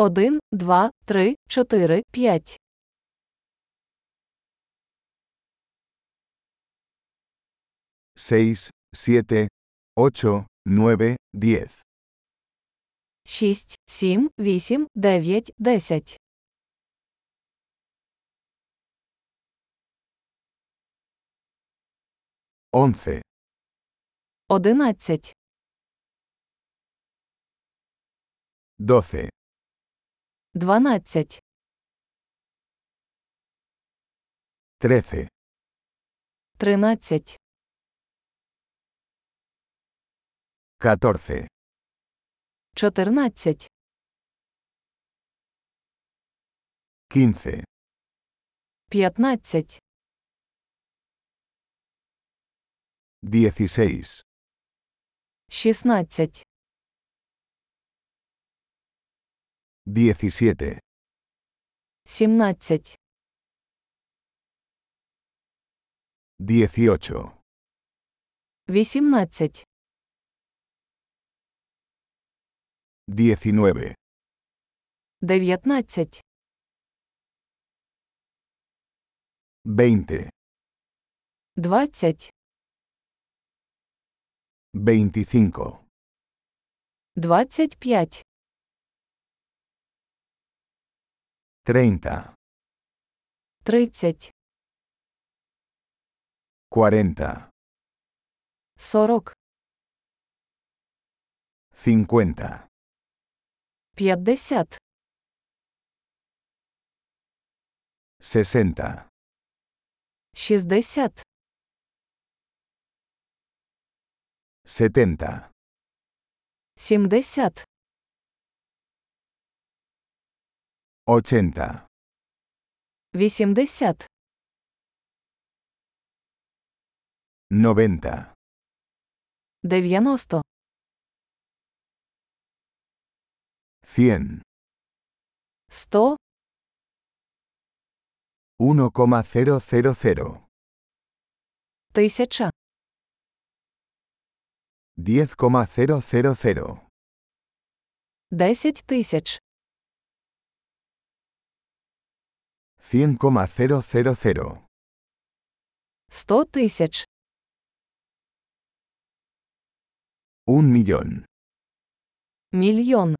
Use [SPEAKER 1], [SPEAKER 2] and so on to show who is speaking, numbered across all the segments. [SPEAKER 1] один, два, три, чотири, п'ять,
[SPEAKER 2] 6, 7, 8, 9, 10,
[SPEAKER 1] шість, сім, вісім, дев'ять, десять,
[SPEAKER 2] 11,
[SPEAKER 1] одинадцять,
[SPEAKER 2] 12,
[SPEAKER 1] дванадцять,
[SPEAKER 2] 13,
[SPEAKER 1] тринадцять,
[SPEAKER 2] 14,
[SPEAKER 1] чотирнадцять,
[SPEAKER 2] 15,
[SPEAKER 1] п'ятнадцять,
[SPEAKER 2] 16,
[SPEAKER 1] шістнадцять,
[SPEAKER 2] 17,
[SPEAKER 1] сімнадцять,
[SPEAKER 2] 18,
[SPEAKER 1] вісімнадцять,
[SPEAKER 2] 19,
[SPEAKER 1] дев'ятнадцять,
[SPEAKER 2] 20,
[SPEAKER 1] двадцять,
[SPEAKER 2] 25,
[SPEAKER 1] двадцять п'ять,
[SPEAKER 2] 30,
[SPEAKER 1] тридцять,
[SPEAKER 2] 40,
[SPEAKER 1] сорок,
[SPEAKER 2] 50.
[SPEAKER 1] п'ятдесят,
[SPEAKER 2] 60,
[SPEAKER 1] шістдесят,
[SPEAKER 2] 70,
[SPEAKER 1] сімдесят,
[SPEAKER 2] 80,
[SPEAKER 1] вісімдесят.
[SPEAKER 2] 90,
[SPEAKER 1] 90,
[SPEAKER 2] 100,
[SPEAKER 1] 100,
[SPEAKER 2] 1,000,
[SPEAKER 1] 1000,
[SPEAKER 2] 10,000,
[SPEAKER 1] 10 тисяч,
[SPEAKER 2] 100,000,
[SPEAKER 1] 100 тисяч,
[SPEAKER 2] 1 millón.
[SPEAKER 1] мільйон.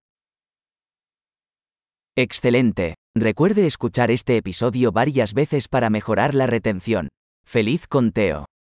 [SPEAKER 3] Excelente. Recuerde escuchar este episodio varias veces para mejorar la retención. ¡Feliz conteo!